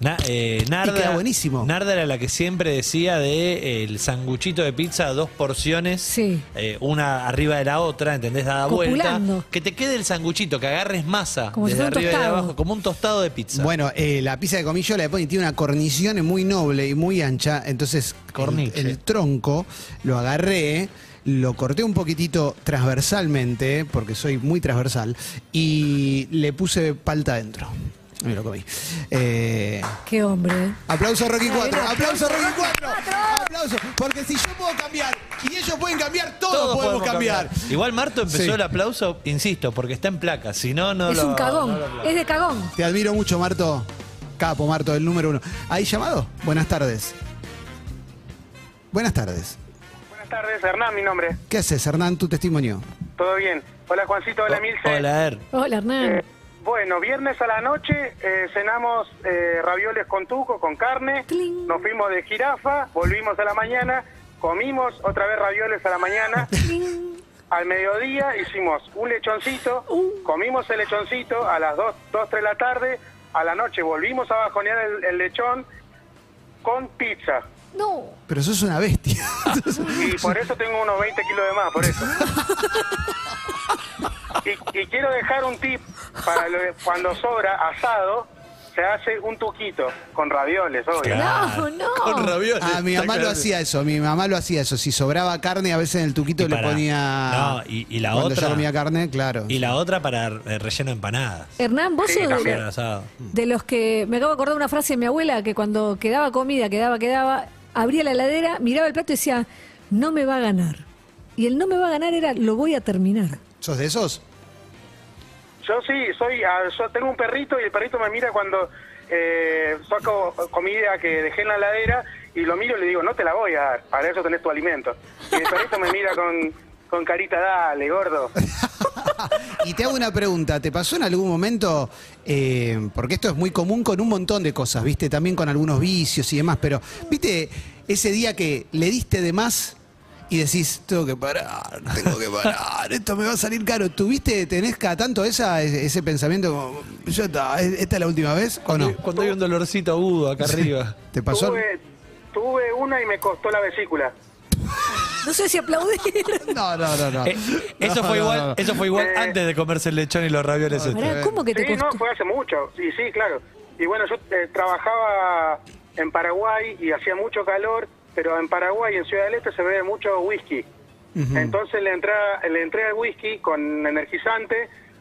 Na- eh, Narda,
Y queda buenísimo.
Narda era la que siempre decía de eh, el sanguchito de pizza, dos porciones,
Sí.
eh, una arriba de la otra, ¿entendés? Dada vuelta.
Copulando.
Que te quede el sanguchito, que agarres masa
Como si
desde
fuera un
arriba y de
tostado.
abajo, como un tostado de pizza.
Bueno, eh, la pizza que comí yo la de Pony tiene una cornicione muy noble y muy ancha, entonces el,
Corniche.
el tronco lo agarré, lo corté un poquitito transversalmente, porque soy muy transversal, y le puse palta adentro. Me lo comí. Eh,
Qué hombre.
Aplauso Rocky 4,
mira,
aplauso Rocky 4,
cuatro.
aplauso, porque si yo puedo cambiar y ellos pueden cambiar, todos,
Todos
podemos, cambiar.
Igual Marto empezó
Sí.
el aplauso, insisto, porque está en placa. Si no, no
es
lo-
un cagón.
no lo aplaudo.
es de cagón.
Te admiro mucho, Marto. Capo, Marto, el número uno. ¿Hay llamado? Buenas tardes. Buenas tardes.
Buenas tardes, Hernán, mi nombre.
¿Qué haces, Hernán? Tu testimonio.
Todo bien. Hola, Juancito,
Oh,
hola, Milce.
Hola, Er.
Hola, Hernán.
Eh, bueno, viernes a la noche eh, cenamos eh, ravioles con tuco, con carne,
Tling.
nos fuimos de jirafa, volvimos a la mañana, comimos otra vez ravioles a la mañana, al mediodía hicimos un lechoncito,
Uh.
comimos el lechoncito a las 2, 2 3 de la tarde, a la noche volvimos a bajonear el, el lechón con pizza.
No.
Pero sos una bestia.
Y por eso tengo unos 20 kilos de más, por eso. Y, y quiero dejar un tip para lo de- cuando sobra asado, se hace un tuquito con ravioles, obvio.
No, no.
Con ravioles.
Ah, mi
Está
mamá lo
claro.
hacía eso, mi mamá lo hacía eso. Si sobraba carne, a veces en el tuquito
Y
le
pará.
ponía.
No, y- y la
Cuando
otra-
yo comía carne, claro.
Y la otra para eh, relleno de empanadas.
Hernán, vos
Sí,
sos de,
también.
Relleno de asado.
de los que. Me acabo de acordar una frase de mi abuela que cuando quedaba comida, quedaba, quedaba, abría la heladera, miraba el plato y decía, no me va a ganar. Y el no me va a ganar era, lo voy a terminar.
¿Sos de esos?
Yo sí, soy, ah, yo tengo un perrito y el perrito me mira cuando eh, saco comida que dejé en la ladera y lo miro y le digo, no te la voy a dar, para eso tenés tu alimento. Y el perrito me mira con, con carita, dale, gordo.
y te hago una pregunta, ¿te pasó en algún momento, eh, porque esto es muy común con un montón de cosas, viste, también con algunos vicios y demás, pero viste ese día que le diste de más y decís, tengo que parar, tengo que parar, esto me va a salir caro, ¿tuviste, tenés cada tanto esa, e- ese pensamiento, como, ya está, e- esta es la última vez o no?
Cuando hay un dolorcito agudo acá arriba.
¿Te pasó?
Tuve, tuve una y me costó la vesícula.
No sé si aplaudir.
No, no, no, no.
Eh, eso,
No,
fue
no,
igual,
no.
eso fue igual
Eh.
antes de comerse el lechón y los ravioles.
Este,
este. estos.
Pará, ¿Cómo que te
Sí, no,
costó?
fue hace mucho. Sí, sí, claro. Y bueno, yo eh, trabajaba en Paraguay y hacía mucho calor, pero en Paraguay, en Ciudad del Este, se bebe mucho whisky. Entonces le, entra, le entré al whisky con energizante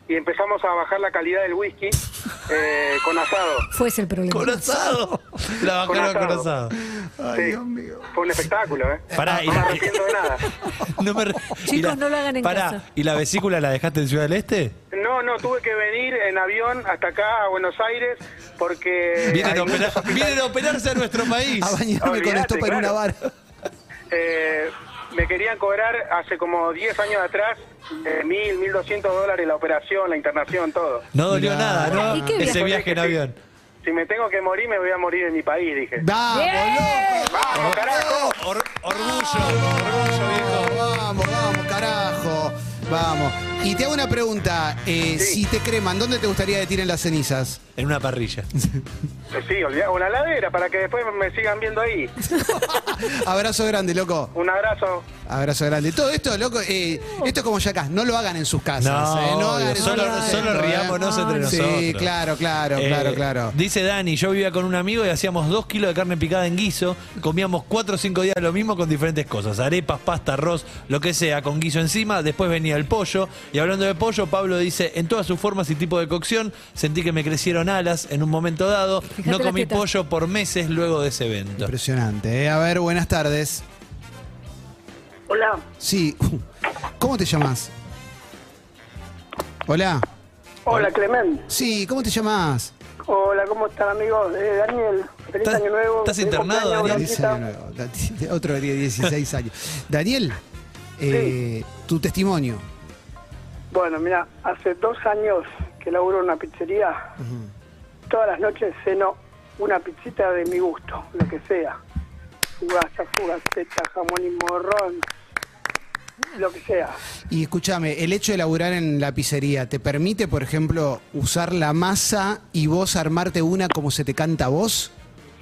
y empezamos a bajar la calidad del whisky eh, con asado.
Fue ese el problema.
Con asado. La
Con
bajaron con
asado.
asado.
Sí. Fue un espectáculo, ¿eh?
Pará, y
no me
la-
arrepiento de nada.
No me re-
Chicos,
y
no lo hagan en
pará,
casa.
¿y la vesícula la dejaste en Ciudad del Este?
No, no, tuve que venir en avión hasta acá, a Buenos Aires, porque...
Vienen
hay
a, operar-
muchos
vienen a operarse a nuestro país.
A bañarme con
Olvídate,
estopa en una
claro.
vara.
Eh, me querían cobrar hace como 10 años atrás eh, mil, mil doscientos dólares la operación, la internación, todo.
No dolió
Mirá.
nada,
¿Y
¿no?
qué
Ese
viaje?
viaje en avión.
Si me tengo que morir, me voy a morir en mi país, dije.
¡Vamos,
Bien.
loco!
¡Vamos, carajo!
Or- orgullo, orgullo, viejo.
Vamos, vamos, carajo. Vamos. Y te hago una pregunta. eh, Si te creman, ¿dónde te gustaría que tiren las cenizas?
En una parrilla.
Eh, Sí, olvidá, una ladera para que después me sigan viendo ahí.
Abrazo grande, loco.
Un abrazo.
Abrazo grande. Todo esto, loco, eh, esto es como Yacás. No lo hagan en sus casas.
No,
eh,
obvio,
hagan en
solo-
sus casas
solo
esto,
riámonos entre
Sí,
nosotros.
claro, claro,
Eh,
claro, claro.
Dice Dani, yo vivía con un amigo y hacíamos dos kilos de carne picada en guiso, comíamos cuatro o cinco días lo mismo con diferentes cosas, arepas, pasta, arroz, lo que sea, con guiso encima, después venía el pollo, y hablando de pollo, Pablo dice, en todas sus formas y tipo de cocción, sentí que me crecieron alas en un momento dado,
Fíjate
no
las
comí
tetas.
pollo por meses luego de ese evento.
Impresionante. eh. A ver, buenas tardes.
Hola,
Sí. ¿Cómo te llamas? Hola.
Hola, Clemente.
Sí, ¿cómo te llamas?
Hola, ¿cómo están, amigos? Eh, Daniel, feliz
¿Estás- año nuevo. estás Feliz internado, cumpleaños, Daniel?
Diez años nuevo. Da- Otro de 16 años. Daniel, eh, tu testimonio.
Bueno, mira, hace dos años que laburo en una pizzería. Todas las noches ceno una pizzita de mi gusto, lo que sea. Fugaza, fugaceta, jamón y morrón, lo que sea.
Y escúchame, el hecho de laburar en la pizzería, ¿te permite, por ejemplo, usar la masa y vos armarte una como se te canta a vos?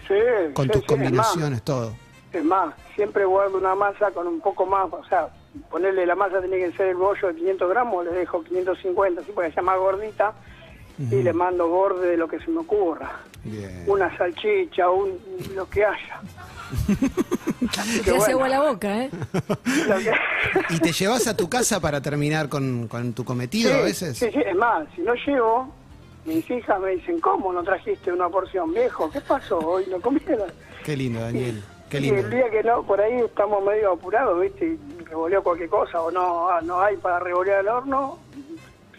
Sí,
Con
sí,
tus
sí,
combinaciones, todo.
Es más, es más, siempre guardo una masa con un poco más, o sea, ponerle la masa tiene que ser el bollo de 500 gramos, le dejo 550, así porque sea más gordita.
y le mando borde de lo que se me ocurra.
Bien.
Una salchicha, un, lo que haya.
Te hace
bueno.
agua la boca, ¿eh?
Lo que-
¿Y te llevas a tu casa para terminar con, con tu cometido a veces?
sí, sí, es más, si no llevo, mis hijas me dicen, ¿cómo no trajiste una porción, viejo? ¿Qué pasó hoy? ¿No comieron?
Qué lindo, Daniel. Qué
Y
lindo.
el día que no, por ahí estamos medio apurados, ¿viste? Y revolvió cualquier cosa o no ah, no hay para revolear el horno,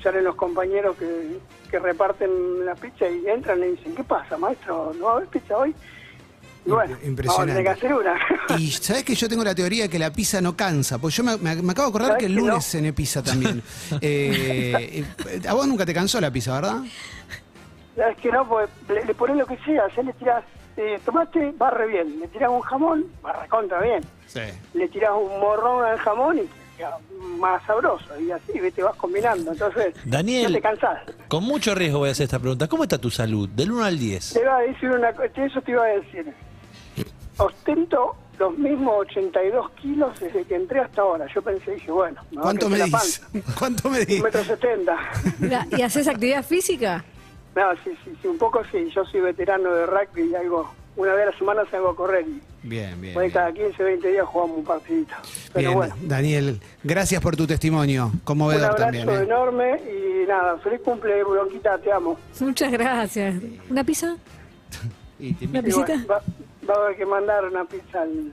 salen los compañeros que, que reparten la pizza y entran y le dicen, ¿qué pasa, maestro? ¿No va a haber pizza hoy? Y bueno, vamos a
Impresionante.
tener que hacer una.
Y sabes que yo tengo la teoría de que la pizza no cansa. Pues yo me, me- me acabo de acordar
¿Sabés
que el
que
lunes
no?
cené pizza también. Eh, eh, a vos nunca te cansó la pizza, ¿verdad?
Es que no, pues le, le pones lo que sea, ya le tirás eh, tomate, va re bien, le tirás un jamón, va recontra bien,
Sí.
le tirás un morrón al jamón y queda más sabroso, y así, viste, vas combinando, entonces
Daniel.
no te cansás.
Con mucho riesgo voy a hacer esta pregunta. ¿Cómo está tu salud? Del 1 al 10.
Te iba a decir una co- eso te iba a decir. Ostento los mismos 82 kilos desde que entré hasta ahora. Yo pensé, dije, bueno, me va a
¿Cuánto me
crecer la
dis?
panza.
¿Cuánto me
Un
dis?
metro setenta.
Mira, ¿Y haces actividad física?
No, sí, sí, sí, un poco sí. Yo soy veterano de rugby y algo, una vez a la semana salgo a correr. Y
Bien, bien.
por ahí
bien.
cada 15, 20 días jugamos un partidito. Pero
Bien,
bueno,
Daniel, gracias por tu testimonio.
un
Conmovedor
abrazo
también. ¿eh?
enorme y nada, feliz cumple, bronquita, te amo.
Muchas gracias. ¿Una pizza?
Y te
¿Una
Y bueno,
pisita?
va, va a haber que mandar una pizza al-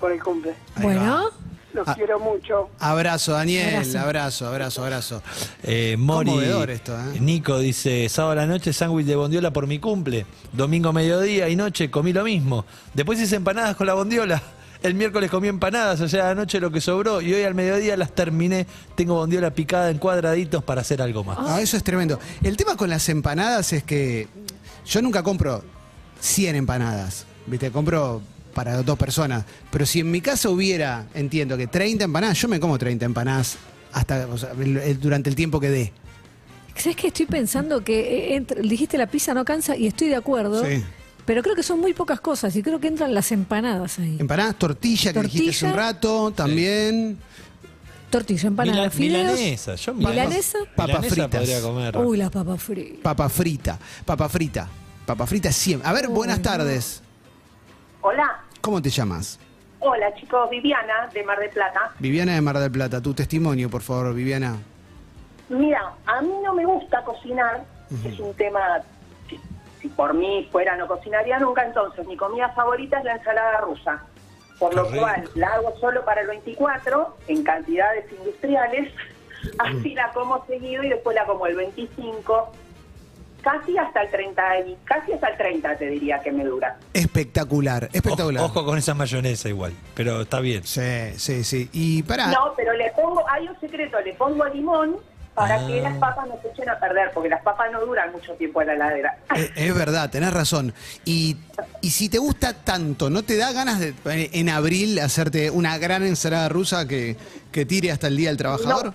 por el cumple.
Ahí
Bueno,
Los
Ah.
quiero mucho.
Abrazo, Daniel.
Abrazo.
Abrazo, abrazo, abrazo.
Eh, Mori,
Conmovedor esto, ¿eh?
Nico dice, sábado a la noche sándwich de bondiola por mi cumple. Domingo mediodía y noche comí lo mismo. Después hice empanadas con la bondiola. El miércoles comí empanadas, o sea, anoche lo que sobró. Y hoy al mediodía las terminé. Tengo bondiola picada en cuadraditos para hacer algo más.
No, Ah, eso es tremendo. El tema con las empanadas es que yo nunca compro 100 empanadas. ¿Viste? Compro para dos personas. Pero si en mi casa hubiera, entiendo que 30 empanadas, yo me como 30 empanadas hasta o sea, el- el- durante el tiempo que dé.
¿sabes que Estoy pensando que eh, entr- dijiste la pizza no cansa y estoy de acuerdo.
Sí.
Pero creo que son muy pocas cosas y creo que entran las empanadas ahí.
Empanadas, tortilla, que dijiste hace un
Tortilla.
rato, también.
Tortilla, empanadas,
Mila-
fideos.
milanesa, yo
milanesa.
Papas
milanesa
fritas.
podría comer.
Uy, las papas fritas.
Papa frita. Papa frita. Papa frita siempre. A ver, buenas tardes.
Hola,
¿Cómo te llamas?
hola chicos, Viviana de Mar del Plata.
Viviana de Mar del Plata. Tu testimonio, por favor, Viviana.
Mira, a mí no me gusta cocinar, es un tema que si por mí fuera no cocinaría nunca, entonces mi comida favorita es la ensalada rusa, por
Qué
lo
rico.
cual la hago solo para el 24 en cantidades industriales, así la como seguido y después la como el 25, casi hasta el 30, y- casi hasta el 30 te diría que me dura.
Espectacular, espectacular.
Ojo ojo con esa mayonesa igual, pero está bien.
Sí, sí, sí. Y pará,
No, pero le pongo, hay un secreto, le pongo limón para
Ah.
que las papas no se echen a perder, porque las papas no duran mucho tiempo en la heladera.
eh, es, verdad, tenés razón. Y, y si te gusta tanto, ¿no te da ganas de eh, en abril hacerte una gran ensalada rusa que, que tire hasta el Día del Trabajador?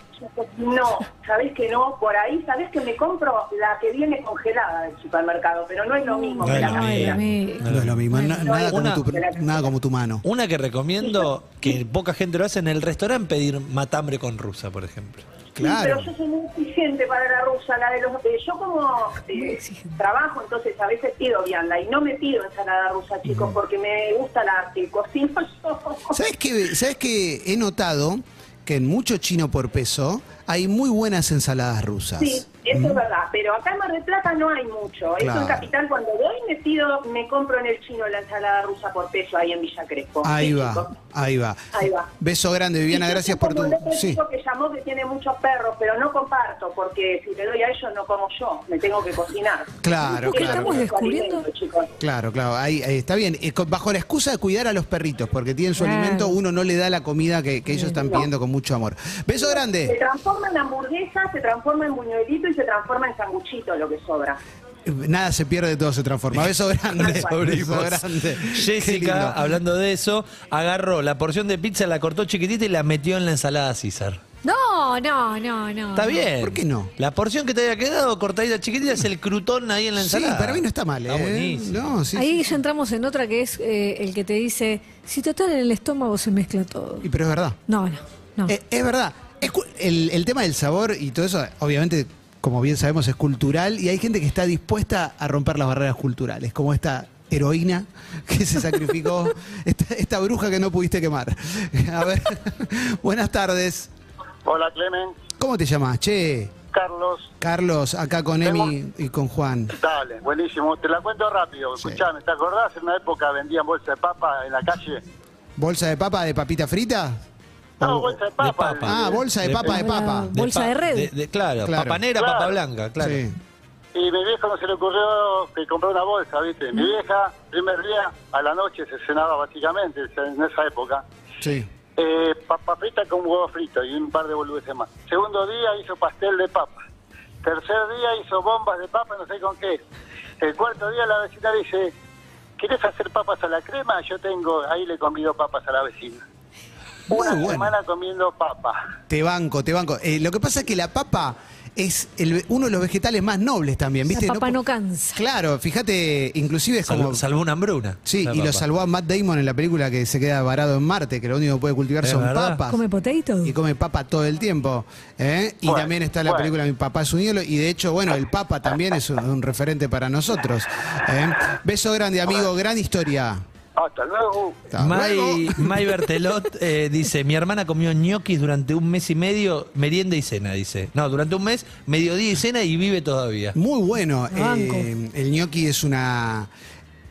No, no, sabés que no, por ahí, sabés que me compro la que viene congelada del supermercado, pero no es lo mismo
No
que
es
la
lo
casera.
mismo.
No, es lo mismo, na-
no,
nada,
una-
como tu, nada como tu mano.
Una que recomiendo, que poca gente lo hace en el restaurante, pedir matambre con rusa, por ejemplo.
Sí,
Claro.
Pero yo soy muy exigente para la rusa, la de los... eh, yo como eh,
Muy exigente.
trabajo, entonces a veces pido vianda y no me pido ensalada rusa, chicos, porque me gusta la que cocino yo.
¿Sabes qué, ¿Sabes qué he notado? Que en mucho chino por peso hay muy buenas ensaladas rusas.
Sí, eso es verdad, pero acá en Mar del Plata no hay mucho. Eso
Mm. Claro.
en Capital, cuando voy, me pido, me compro en el chino la ensalada rusa por peso ahí en Villa Crespo.
Ahí
Sí,
va,
chicos.
ahí va.
Ahí va.
Beso grande, Viviana,
Y yo
gracias
soy
por tu...
como el otro
Sí.
chico que llamó que tiene muchos perros, pero no comparto, porque si le doy a ellos no como yo, me tengo que cocinar.
Claro,
Eso es
claro.
Estamos
un
descubriendo.
alimento, chicos.
Claro, claro, ahí, ahí está bien. Eh, con- Bajo la excusa de cuidar a los perritos, porque tienen su
Claro.
alimento, uno no le da la comida que, que ellos están pidiendo con mucho amor. Beso
Se
grande.
transforma en hamburguesa, se transforma en buñuelito y se transforma en sanguchito lo que sobra.
Eh, Nada se pierde, todo se transforma. Beso grande. Beso grande. Qué lindo.
Jessica, hablando de eso, agarró la porción de pizza, la cortó chiquitita y la metió en la ensalada César.
No, no, no, no.
Está bien.
¿Por qué Ah, no?
La porción que te había quedado cortadita chiquitita es el crutón ahí en la
Sí,
ensalada.
para mí no está mal, ¿eh?
buenísimo.
No, sí,
Ahí ya entramos en otra que es eh, el que te dice, si total en el estómago se mezcla todo.
sí. Y pero es verdad.
No, no, no.
Eh, es verdad. Es cu- el, el tema del sabor y todo eso, obviamente como bien sabemos, es cultural y hay gente que está dispuesta a romper las barreras culturales, como esta heroína que se sacrificó, esta, esta bruja que no pudiste quemar. A ver, buenas tardes.
Hola, Clemen.
¿Cómo te llamas? Che,
Carlos.
Carlos, acá con Emi y con Juan.
Dale, buenísimo. Te la cuento rápido.
Sí.
Escuchame, ¿te acordás? En una época vendían bolsa de papa en la calle.
¿Bolsa de papa de papita frita?
No,
O-
bolsa de
de
papa.
papa.
Ah, bolsa de
De-
papa de papa.
Bolsa de red.
claro,
Claro.
papa negra,
Claro.
papa blanca, claro.
Sí.
Y mi viejo no se le ocurrió que compró una bolsa, ¿viste?
Mm.
Mi vieja, primer día, a la noche se cenaba básicamente, en esa época.
Sí.
Eh, papa frita con huevo frito y un par de boludeces más. Segundo día hizo pastel de papa. Tercer día hizo bombas de papa, no sé con qué. El cuarto día la vecina dice, ¿quieres hacer papas a la crema? Yo tengo, ahí le convido papas a la vecina. Una
Muy bueno.
semana comiendo papa.
Te banco, te banco. Eh, lo que pasa es que la papa es el- uno de los vegetales más nobles también, ¿viste?
La papa
po-
no cansa.
Claro, fíjate, inclusive es
Salvó-
como...
salvó una hambruna.
Sí,
la
y lo
papa.
salvó a Matt Damon en la película que se queda varado en Marte, que lo único que puede cultivar
Es
son
verdad.
papas.
¿Come potato?
y come papa todo el tiempo. ¿eh? Y
Bueno,
también está la
bueno.
película Mi papá es un ídolo. Y de hecho, bueno, el papa también es un, un referente para nosotros. ¿eh? Beso grande, amigo. Gran historia.
Hasta luego.
Hasta
May,
luego.
May Bertelot eh, dice, mi hermana comió ñoquis durante un mes y medio, merienda y cena, dice. No, durante un mes, mediodía y cena y vive todavía.
Muy bueno.
Banco.
eh, el gnocchi es una...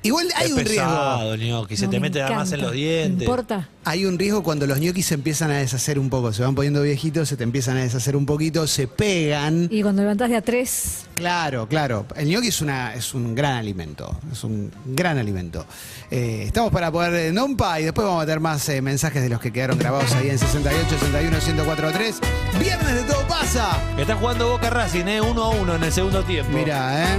Igual hay
es
un riesgo.
pesado el ñoqui, se
No,
te
me
mete además en
encanta.
los dientes.
¿Me importa?
Hay un riesgo cuando los ñoquis se empiezan a deshacer un poco, se van poniendo viejitos, se te empiezan a deshacer un poquito, se pegan.
Y cuando levantás de a tres,
Claro, claro. El ñoqui es, una, es un gran alimento, es un gran alimento. Eh, estamos para poder eh, Nompa y después vamos a tener más eh, mensajes de los que quedaron grabados ahí en 68, 61, 1043. Viernes de todo pasa.
Está jugando Boca Racing, ¿eh? 1 a 1 en el segundo tiempo.
Mira, ¿eh?